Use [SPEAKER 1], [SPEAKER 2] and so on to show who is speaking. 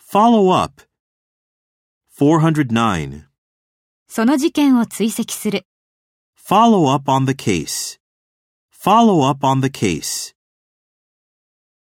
[SPEAKER 1] Follow up. 409.
[SPEAKER 2] その事件を追跡する。
[SPEAKER 1] Follow up on the case. Follow up on the case.